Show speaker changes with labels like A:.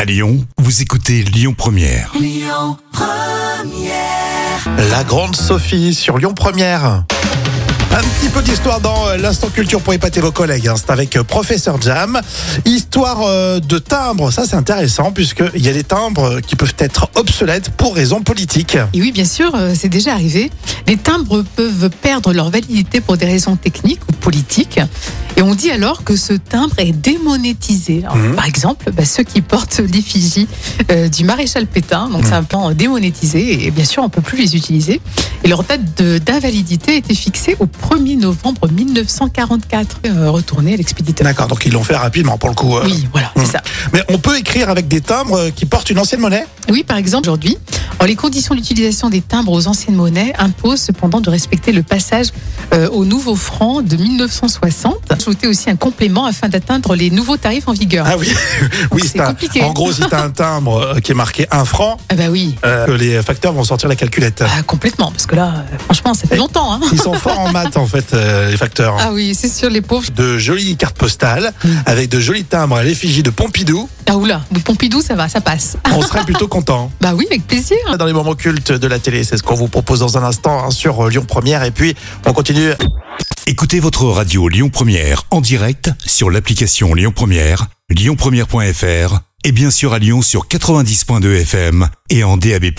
A: À Lyon, vous écoutez Lyon Première.
B: La grande Sophie sur Lyon Première. Un petit peu d'histoire dans euh, l'instant culture pour épater vos collègues. hein. C'est avec euh, Professeur Jam. Histoire euh, de timbres, ça c'est intéressant puisqu'il y a des timbres euh, qui peuvent être obsolètes pour raisons politiques.
C: Et oui, bien sûr, euh, c'est déjà arrivé. Les timbres peuvent perdre leur validité pour des raisons techniques ou politiques. Et on dit alors que ce timbre est démonétisé. Alors,
B: Mhm.
C: Par exemple, bah, ceux qui portent l'effigie euh, du maréchal Pétain, donc
B: Mhm.
C: c'est un plan démonétisé et bien sûr on ne peut plus les utiliser. Et leur date de- d'invalidité a été fixée au 1er novembre 1944. Euh, retournez à l'expéditeur.
B: D'accord, donc ils l'ont fait rapidement pour le coup. euh.
C: Oui, voilà,
B: Mhm.
C: c'est ça.
B: Mais on peut écrire avec des timbres euh, qui portent une ancienne monnaie
C: Oui, par exemple, aujourd'hui, alors, les conditions d'utilisation des timbres aux anciennes monnaies imposent cependant de respecter le passage euh, au nouveau franc de 1960. Ajouter aussi un complément afin d'atteindre les nouveaux tarifs en vigueur.
B: Ah oui, oui
C: c'est
B: un-
C: compliqué.
B: en gros si t'as un timbre euh, qui est marqué 1 franc,
C: Ah bah oui,
B: euh, les facteurs vont sortir la calculette.
C: bah, complètement, parce que là, euh, franchement, ça fait longtemps. Hein
B: Ils sont forts en maths en fait, euh, les facteurs.
C: ah oui, c'est sûr, les pauvres.
B: de jolies cartes postales avec de jolis timbres à l'effigie de Pompidou,
C: Ah oula, de Pompidou, ça va, ça passe. Ah,
B: on serait plutôt content. hein.
C: bah oui, avec plaisir.
B: Dans les moments cultes de la télé, c'est ce qu'on vous propose dans un instant hein, sur euh, Lyon Première et puis on continue
A: Écoutez votre radio Lyon Première en direct sur l'application Lyon Première, lyonpremière.fr et bien sûr à Lyon sur 90.2 FM et en DAB+.